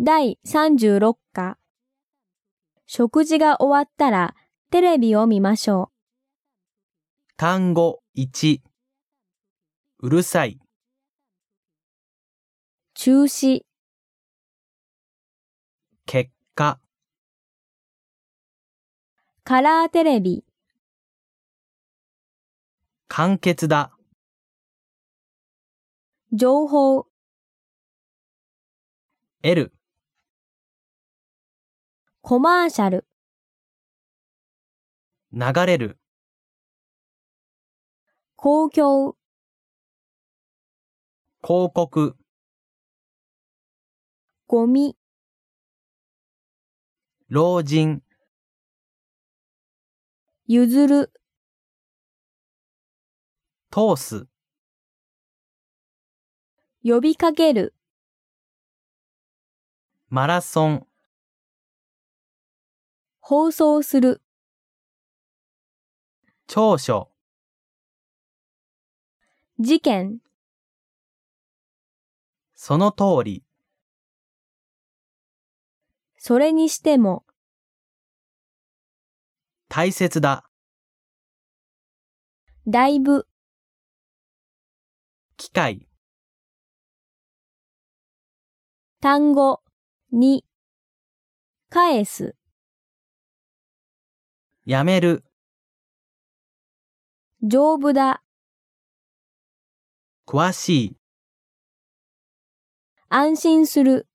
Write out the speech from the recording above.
第36課。食事が終わったらテレビを見ましょ単語1うるさい、う。中止、結果、カラーテレビ、簡潔だ、情報、 L、コマーシャル、流れる、公共、広告、ゴミ、老人、譲る、通す、呼びかける、マラソン、放送する、長所、事件、その通り、それにしても、大切だ、だいぶ、機械、単語、に、返す、やめる、丈夫だ、詳しい、安心する、